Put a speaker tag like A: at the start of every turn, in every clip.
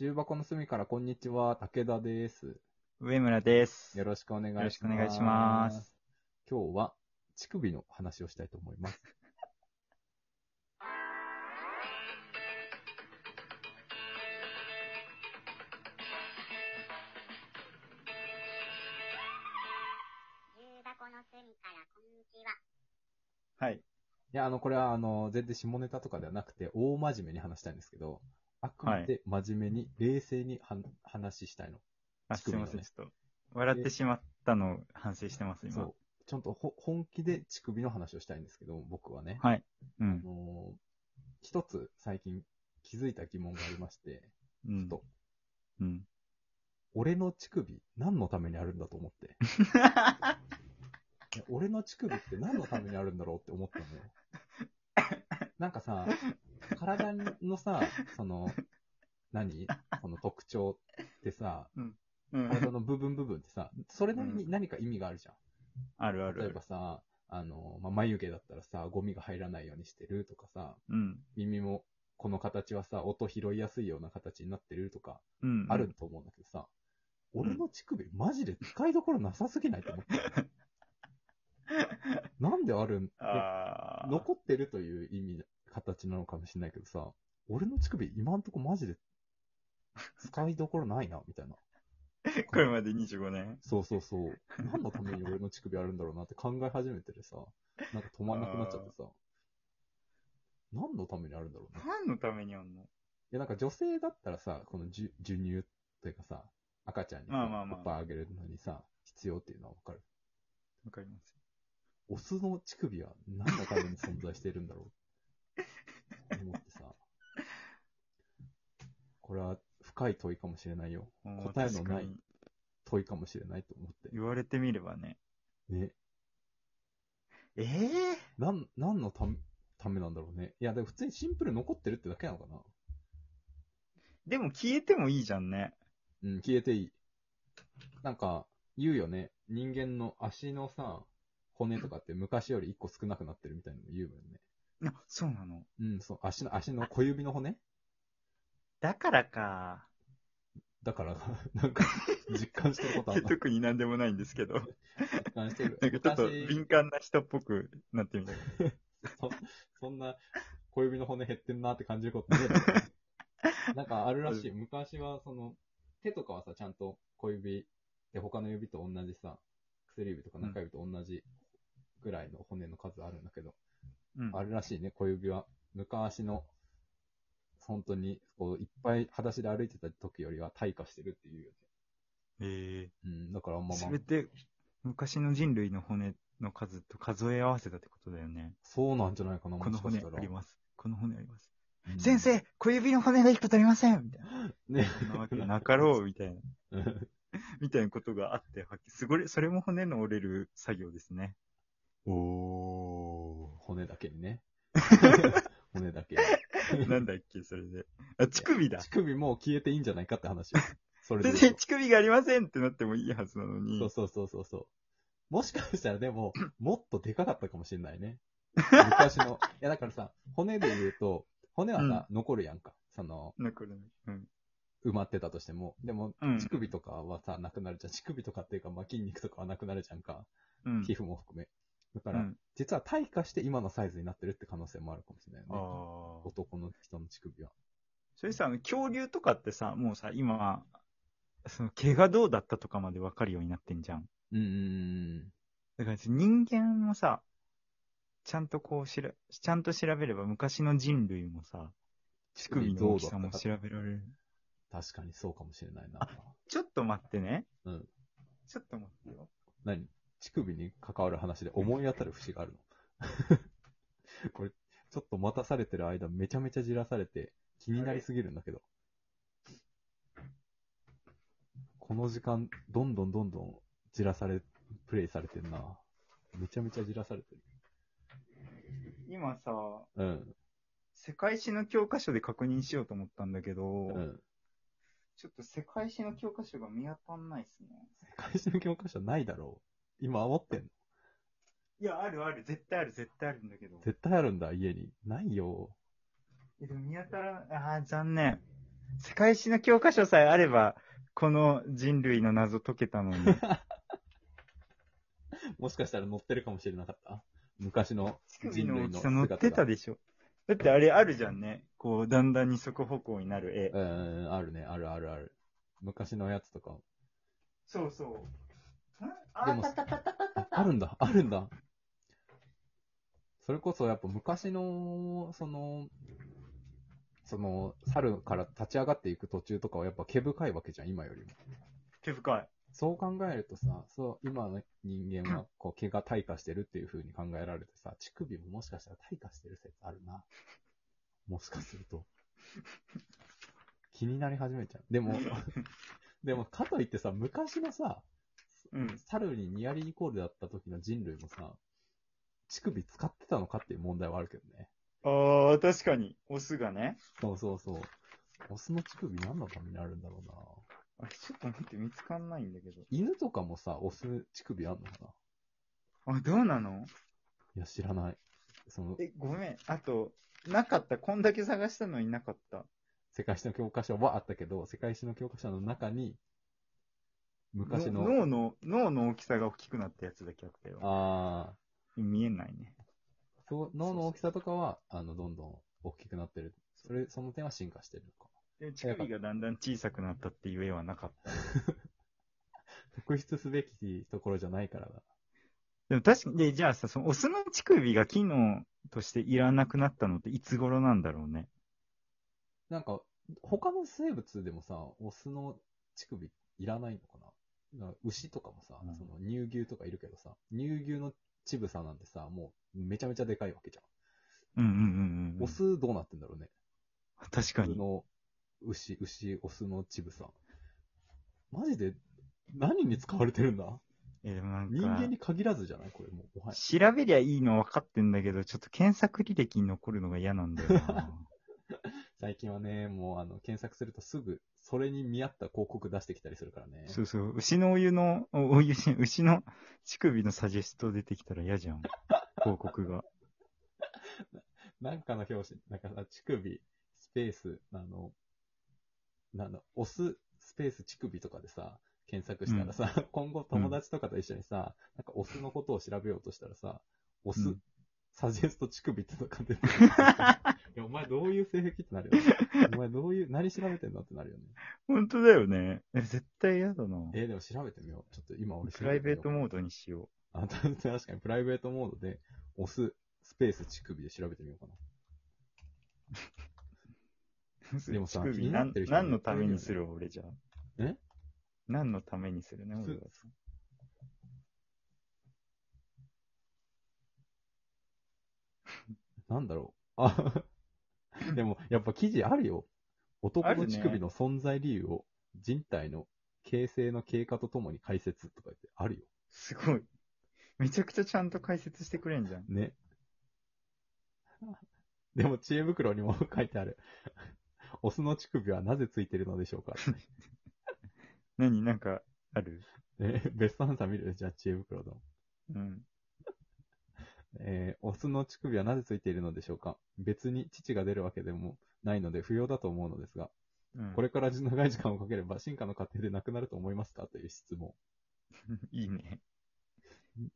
A: 重箱の隅からこんにちは、武田です。
B: 上村です。
A: よろしくお願いします。
B: よろしくお願いします。
A: 今日は乳首の話をしたいと思います。
C: 重箱の隅からこんにちは。
B: はい。
A: いや、あの、これは、あの、全然下ネタとかではなくて、大真面目に話したいんですけど、あくまで真面目に、冷静には話したいの。
B: あ、
A: 乳
B: すい
A: 首のね
B: ません。ちょっと、笑ってしまったのを反省してます、
A: そ
B: 今
A: う。。ちょっとほ本気で乳首の話をしたいんですけど、僕はね。
B: はい。う
A: あ
B: ん。
A: の一つ最近気づいた疑問がありまして、
B: う
A: ちょっ
B: ん。
A: と、
B: うん。
A: 俺の乳首何のためにあるんだと思 って。いや俺の乳首って何のためにあるんだろうって思ったのよ。なんかさ、体のさ、その、何その特徴ってさ、
B: うん。
A: 体の部分部分ってさ、それなりに何か意味があるじゃん。
B: あるあるあ
A: 例え
B: る
A: ば。さ、あの、まあ、眉毛だったらさ、ゴミが入らないようにしてるとかさ、
B: うん。
A: 耳もこの形はさ、音拾いやすいような形になってるとか、
B: うん。
A: あると思うんだけどさ、俺の乳首マジで使いどころなさすぎないと思 って。なんであるんで
B: あー
A: 残ってるという意味、形なのかもしれないけどさ、俺の乳首今んとこマジで使いどころないな、みたいな。
B: これまで25年。
A: そうそう そう。何のために俺の乳首あるんだろうなって考え始めててさ、なんか止まんなくなっちゃってさ、何のためにあるんだろうな。い
B: 何のためにあんの
A: や、なんか女性だったらさ、この授授乳というかさ、赤ちゃんにさ
B: まあまあまあ
A: おっぱいあげるのにさ、必要っていうのはわかる。
B: わかります。
A: オスの乳首は何のために存在してるんだろ う思ってさ。これは深い問いかもしれないよ。
B: うん
A: 答えのない
B: 確かに
A: 問いかもしれないと思っ
B: 言われてみればね。
A: て。ね。
B: ええ
A: なん、何のため、ためなんだろうね。いや、でも普通にシンプルに残ってるってだけなのかな。
B: でも消えてもいいじゃんね。
A: うん、消えていい。なんか、言うよね。人間の足のさ、骨とかって昔より一個少なくなってるみたいなの言うもんね。
B: あそうなの。
A: うん、そう、足の、足の小指の骨
B: だからか。
A: だから、 なんか、実感してることあるな。
B: 特になんでもないんです けど。
A: 実感してる。
B: なんかちょっと
A: 昔
B: 敏感な人っぽくなってみた。
A: そそんな小指の骨減ってんなって感じることね えな。なんかあるらしい。昔はその手とかはさ、ちゃんと小指で他の指と同じさ、薬指とか中指と同じぐらいの骨の数あるんだけど、
B: うん。
A: あるらしいね、小指は。昔の、本当にこういっぱい裸足で歩いてた時よりは退化してるっていうよね。
B: ええ
A: うん、だからあんまま
B: それって、昔の人類の骨の数と数え合わせたってことだよね。
A: そうなんじゃないかな、
B: この
A: もしか
B: 骨
A: したら。
B: あります。この骨あります。
A: うん
B: 先生、小指の骨が一個足りませんみたいな。
A: ね。
B: そんなわけなかろうみたいな。みたいなことがあって、はっきり。すごい、それも骨の折れる作業ですね。お
A: 骨だけに ね。骨だけに。
B: ー。 なんだっけ、それで。あ、乳首だ
A: 乳。首も消えていいんじゃないかって話よ。それで
B: 全
A: 言
B: 然
A: う
B: 乳首がありませんってなってもいいはずなの
A: と。
B: に。
A: そうそうそうそうそう。もしかしたらで も、もっとでかかったかもしれないね。昔 の。いやだからさ、骨で言うと、骨はさ、残るやんか。その、
B: 残る。うん。
A: 埋まってたとしても。でも、
B: うん
A: 乳首とかはさ、なくなるじゃん。乳首とかっていうか、まあ、筋肉とかはなくなるじゃんか。
B: うん。
A: 皮膚も含め。だ
B: う
A: から、
B: ん。
A: 実は退化して今のサイズになってるって可能性もあるかもしれない
B: あ
A: よね。
B: ー。
A: 男の人の乳首は。
B: それさ、あの恐竜とかってさ、もうさ、今、その毛がどうだったとかまでわかるようになってんじゃん。
A: うんうんうんうん。
B: だから人間もさ、ちゃんとこうしら、ちゃんと調べれば昔の人類もさ、乳首の大きさも調べられる。
A: 確かにそうかもしれないな。
B: ちょっと待ってね。
A: うん。
B: ちょっと待ってよ。
A: 何乳首に関わる話で思い当たる節があるの これ、ちょっと待たされてる間めちゃめちゃじらされて気になりすぎるんだけど。この時間、どんどんどんどんじらされ、プレイされてんな。めちゃめちゃじらされてる。
B: 今さ、
A: うん。
B: 世界史の教科書で確認しようと思ったんだけど、
A: うん。
B: ちょっと世界史の教科書が見当たんないっすね。
A: 世界史の教科書ないだろう。今持ってんの
B: いや、あるある、絶対ある、絶対あるんだけど。
A: 絶対あるんだ、家に。ないよ。
B: え、でも見当たらない。ああ、残念。世界史の教科書さえあれば、この人類の謎解けたのに。
A: もしかしたら乗ってるかもしれなかった。昔の
B: 乳首
A: 人
B: の
A: 類の
B: 大き
A: 姿
B: さ
A: が。
B: 載ってたでしょ。だってあれあるじゃんね。こう、だんだん二足歩行になる絵。
A: うんうん、あるね、あるあるある。昔のやつとか。
B: そうそう。
A: でもああるんだ、あるんだ。それこそやっぱ昔の、その、その、猿から立ち上がっていく途中とかはやっぱ毛深いわけじゃん、今よりも。
B: 手深い。
A: そう考えるとさ、そう、今の人間はこう毛が退化してるっていう風に考えられてさ、乳首ももしかしたら退化してる説あるな。もしかすると。気になり始めちゃう。でも、でもかといってさ、昔のさ、
B: うん。
A: 猿にニアリーイコールだった時の人類もさ、乳首使ってたのかっていう問題はあるけどね。
B: ああ、確かに。オスがね。
A: そうそうそう。オスの乳首何のためにあるんだろうな。
B: あれ、ちょっと待って、見つかんないんだけど。
A: 犬とかもさ、オス乳首あんのかな
B: あ、どうなの
A: いや、知らない。その、
B: え、ごめん。あと、なかった。こんだけ探したのになかった。
A: 世界史の教科書はあったけど、世界史の教科書の中に、昔の、
B: 脳の、脳の大きさが大きくなったやつだけあったよ。
A: ああ、
B: 見えないね。
A: そう、脳の大きさとかは、あの、どんどん大きくなってる。それ、その点は進化してるのか。
B: でも乳首がだんだん小さくなったっていう絵はなかった。
A: 特筆すべきところじゃないからだ。
B: でも確かに、で、じゃあさ、そのオスの乳首が機能としていらなくなったのっていつ頃なんだろうね。
A: なんか、他の生物でもさ、オスの乳首いらないのかなな牛とかもさ、
B: うん
A: その乳牛とかいるけどさ、乳牛の乳房なんてさ、もうめちゃめちゃでかいわけじゃ
B: うんうんうんうん。
A: ん。オスどうなってんだろうね。
B: 確か
A: 普通
B: に。
A: の牛、牛、オスのチブさん。マジで何に使われてるんだ
B: え、でもなんか、
A: 人間に限らずじゃないこれもう。もはや
B: 調べりゃいいの分かってんだけど、ちょっと検索履歴に残るのが嫌なんだよ な。
A: 最近はね、もうあの検索するとすぐそれに見合った広告出してきたりするからね。
B: そうそう、牛のお湯の、おお湯じゃ、牛の乳首のサジェスト出てきたら 嫌じゃん。広告が。
A: なんかの表紙、なんかさ、乳首、スペース、あの、なんだ、オス、スペース、乳首とかでさ、検索したらさ、今後友達とかと一緒にさ、なんかオスのことを調べようとしたらさ、オス、
B: うん
A: サジェスト乳首ってとか出てく るいや、お前どういう性癖ってなるよね。お前どういう、何調べてんだってなるよね。
B: 本当だよね。え、絶対嫌だな。
A: えーでも調べてみよう。ちょっと今俺調
B: プラ
A: べ
B: イ
A: てみ
B: ベ
A: よ
B: ー
A: う
B: トモードにしよ
A: あ、た確かにプライベートモードで、オス、スペース、乳首で調べてみようかな。
B: う。
A: でもさ
B: 乳
A: 気に
B: 首
A: な
B: な
A: っ
B: ん
A: てる人
B: 何のためにする俺じゃあ。
A: え
B: 何のためにするね、
A: す
B: 俺は。
A: なんだろう。あ、 でも、やっぱ記事あるよ。男
B: あ
A: の
B: るね
A: 乳首の存在理由を人体の形成の経過とともに解説とか言ってあるよ。
B: すごい。めちゃくちゃちゃんと解説してくれんじゃん。
A: ね。 でも、知恵袋にも書いてある。 オスの乳首はなぜついてるのでし ょうか
B: 何なんか、ある
A: え、ベストアンサー見るじゃあ知恵袋だもん。
B: うん。
A: えーオスの乳首はなぜついているのでしょうか別に乳が出るわけでもないので不要だと思うのですが、
B: うん、
A: これから長い時間をかければ進化の過程でなくなると思いますかという質問。
B: いいね。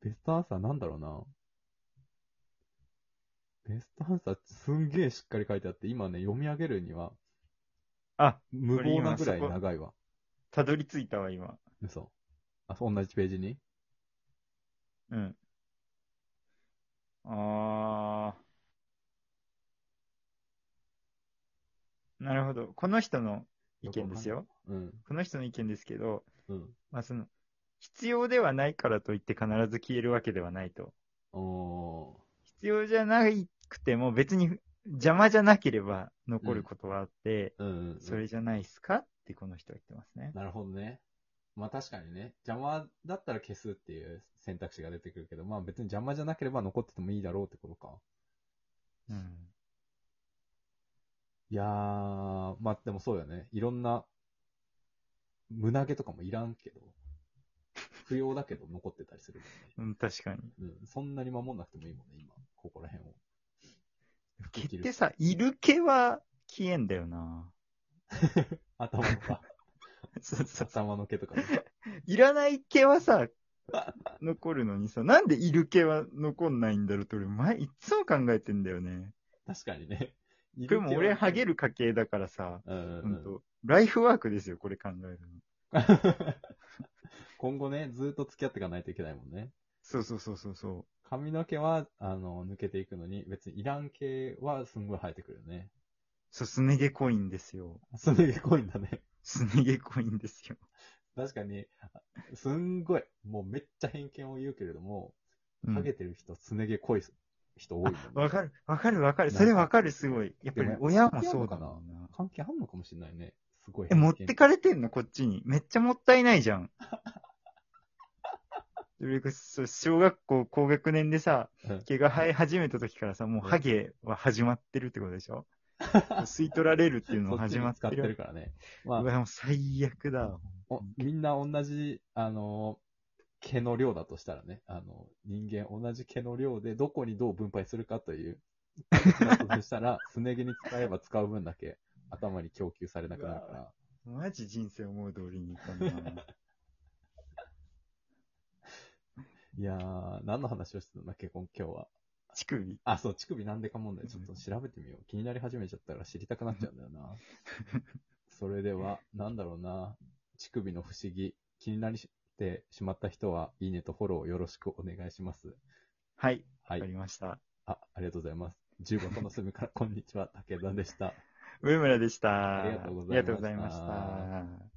A: ベストアンサーなんだろうなベストアンサーすんげえしっかり書いてあって、今ね、読み上げるには
B: あ、
A: 無謀なぐらい
B: これ今そこ
A: 長いわ。
B: たどり着いたわ、今。
A: 嘘。あ、同じページに
B: うん。あー。なるほど。この人の意見ですよ。
A: うん。
B: この人の意見ですけど、
A: うん。
B: まあその、必要ではないからといって必ず消えるわけではないと。
A: お
B: 必要じゃなくても別に邪魔じゃなければ残ることはあって、
A: ー。うんうん、うん。
B: それじゃないっすかってこの人は言ってますね。
A: なるほどね。まあ確かにね、邪魔だったら消すっていう選択肢が出てくるけど、まあ別に邪魔じゃなければ残っててもいいだろうってことか。
B: うん。
A: いやー、まあでもそうよね。いろんな、胸毛とかもいらんけど、不要だけど残ってたりする
B: うん、確かに。
A: もんね。うん、そんなに守んなくてもいいもんね、今、ここら辺を。
B: 毛ってさ、いる毛は消えんだよな。
A: 頭のさ、
B: そうそう
A: 頭の毛とかね。
B: いらない毛はさ、残るのにさ、なんでいる毛は残んないんだろうって俺、前、いっつも考えてんだよね。
A: 確かにね。
B: でも俺、ハゲ
A: る。
B: る家系だからさ、
A: うんう
B: ほん
A: んうん。
B: と、ライフワークですよ、これ考えるの。
A: 今後ね、ずっと付き合っていかないといけないもんね。
B: そうそうそうそうそう。
A: 髪の毛は、あの、抜けていくのに、別にいらん系はすんごい生えてくるよね。
B: そう、すね毛コインですよ。
A: すね毛濃いんだね。
B: すね毛コインですよ。
A: 確かに、すんごい、もうめっちゃ偏見を言うけれども、
B: うん
A: ハゲてる人、すね毛濃い人多いもんね、
B: わかる、わかる、わかる。それわかる、すごい。やっぱり
A: でも
B: 親もそうだな。
A: 関係あんのかもしれないね。すごい
B: え、
A: 偏見。
B: 持ってかれてんのこっちに。めっちゃもったいないじ ゃん。それこそ、小学校高学年でさ
A: うん、
B: 毛が生え始めた時からさ、もうハゲは始まってるってことで しょ吸い取られるっていうの
A: そ
B: も
A: っち
B: 始ま
A: に
B: っ
A: 使
B: て
A: ってる
B: る。
A: からね。
B: う
A: まあ、
B: わ、もう最悪だ。
A: おみんな同じ、あの、毛の量だとしたらね、あの、人間同じ毛の量でどこにどう分配するかという、だとした ら、すね毛に使えば使う分だけ頭に供給されなくなるから、
B: マジ人生思う通りにいかん な。
A: いやー、何の話をしてたんだっけ、今今日は。
B: 乳首。
A: あ、そう、乳首なんでか問題、ちょっと調べてみよう。気になり始めちゃったから知りたくなっちゃうん だよな。それでは、なんだろうな。乳首の不思議、気になりしてしまった人は、いいねとフォローをよろしくお願いします。
B: はい、
A: は
B: わ
A: い
B: か。りました。
A: あ、ありがとうございます。15個の隅から、こんにちは、武田でした。
B: 上村でした。
A: ありがとうございました
B: ありがとうございました